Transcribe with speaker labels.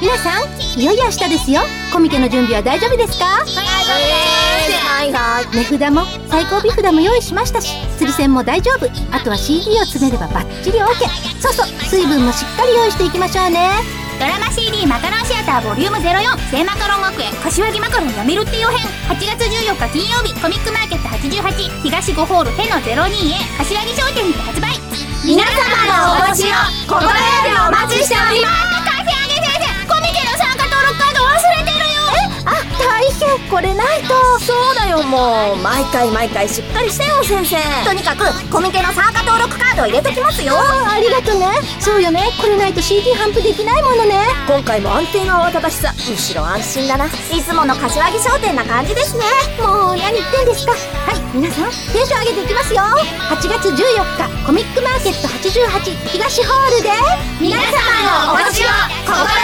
Speaker 1: 皆さんいよいよ明日ですよコミケの準備は大丈夫ですかはいはい値札も最高尾札も用意しましたし釣り銭も大丈夫あとは CD を詰めればバッチリ OK そうそう水分もしっかり用意していきましょうね
Speaker 2: ドラマ CD マカロンシアターボリューム04聖マカロン学園柏木マカロンやめるってよ編8月14日金曜日コミックマーケット88東5ホールヘの 02A 柏木商店にて発売皆様のお越しを心よりお待ちしております柏木先生コミケの参加登録カード忘れてるよ
Speaker 1: あ大変これないと
Speaker 3: そうだよもう毎回毎回しっかりしてよ先生
Speaker 2: とにかくコミケの参加登録カードを入れてきますよ
Speaker 1: ありがとねそうよねこれないと CD 頒布できないものね
Speaker 3: 今回も安定の慌ただしさむしろ安心だない
Speaker 2: つもの柏木商店な感じですね
Speaker 1: もう何言ってんですかはい皆さんテンション上げていきますよ8月14日コミックマーケット88東ホールで
Speaker 2: 皆様のお越しを心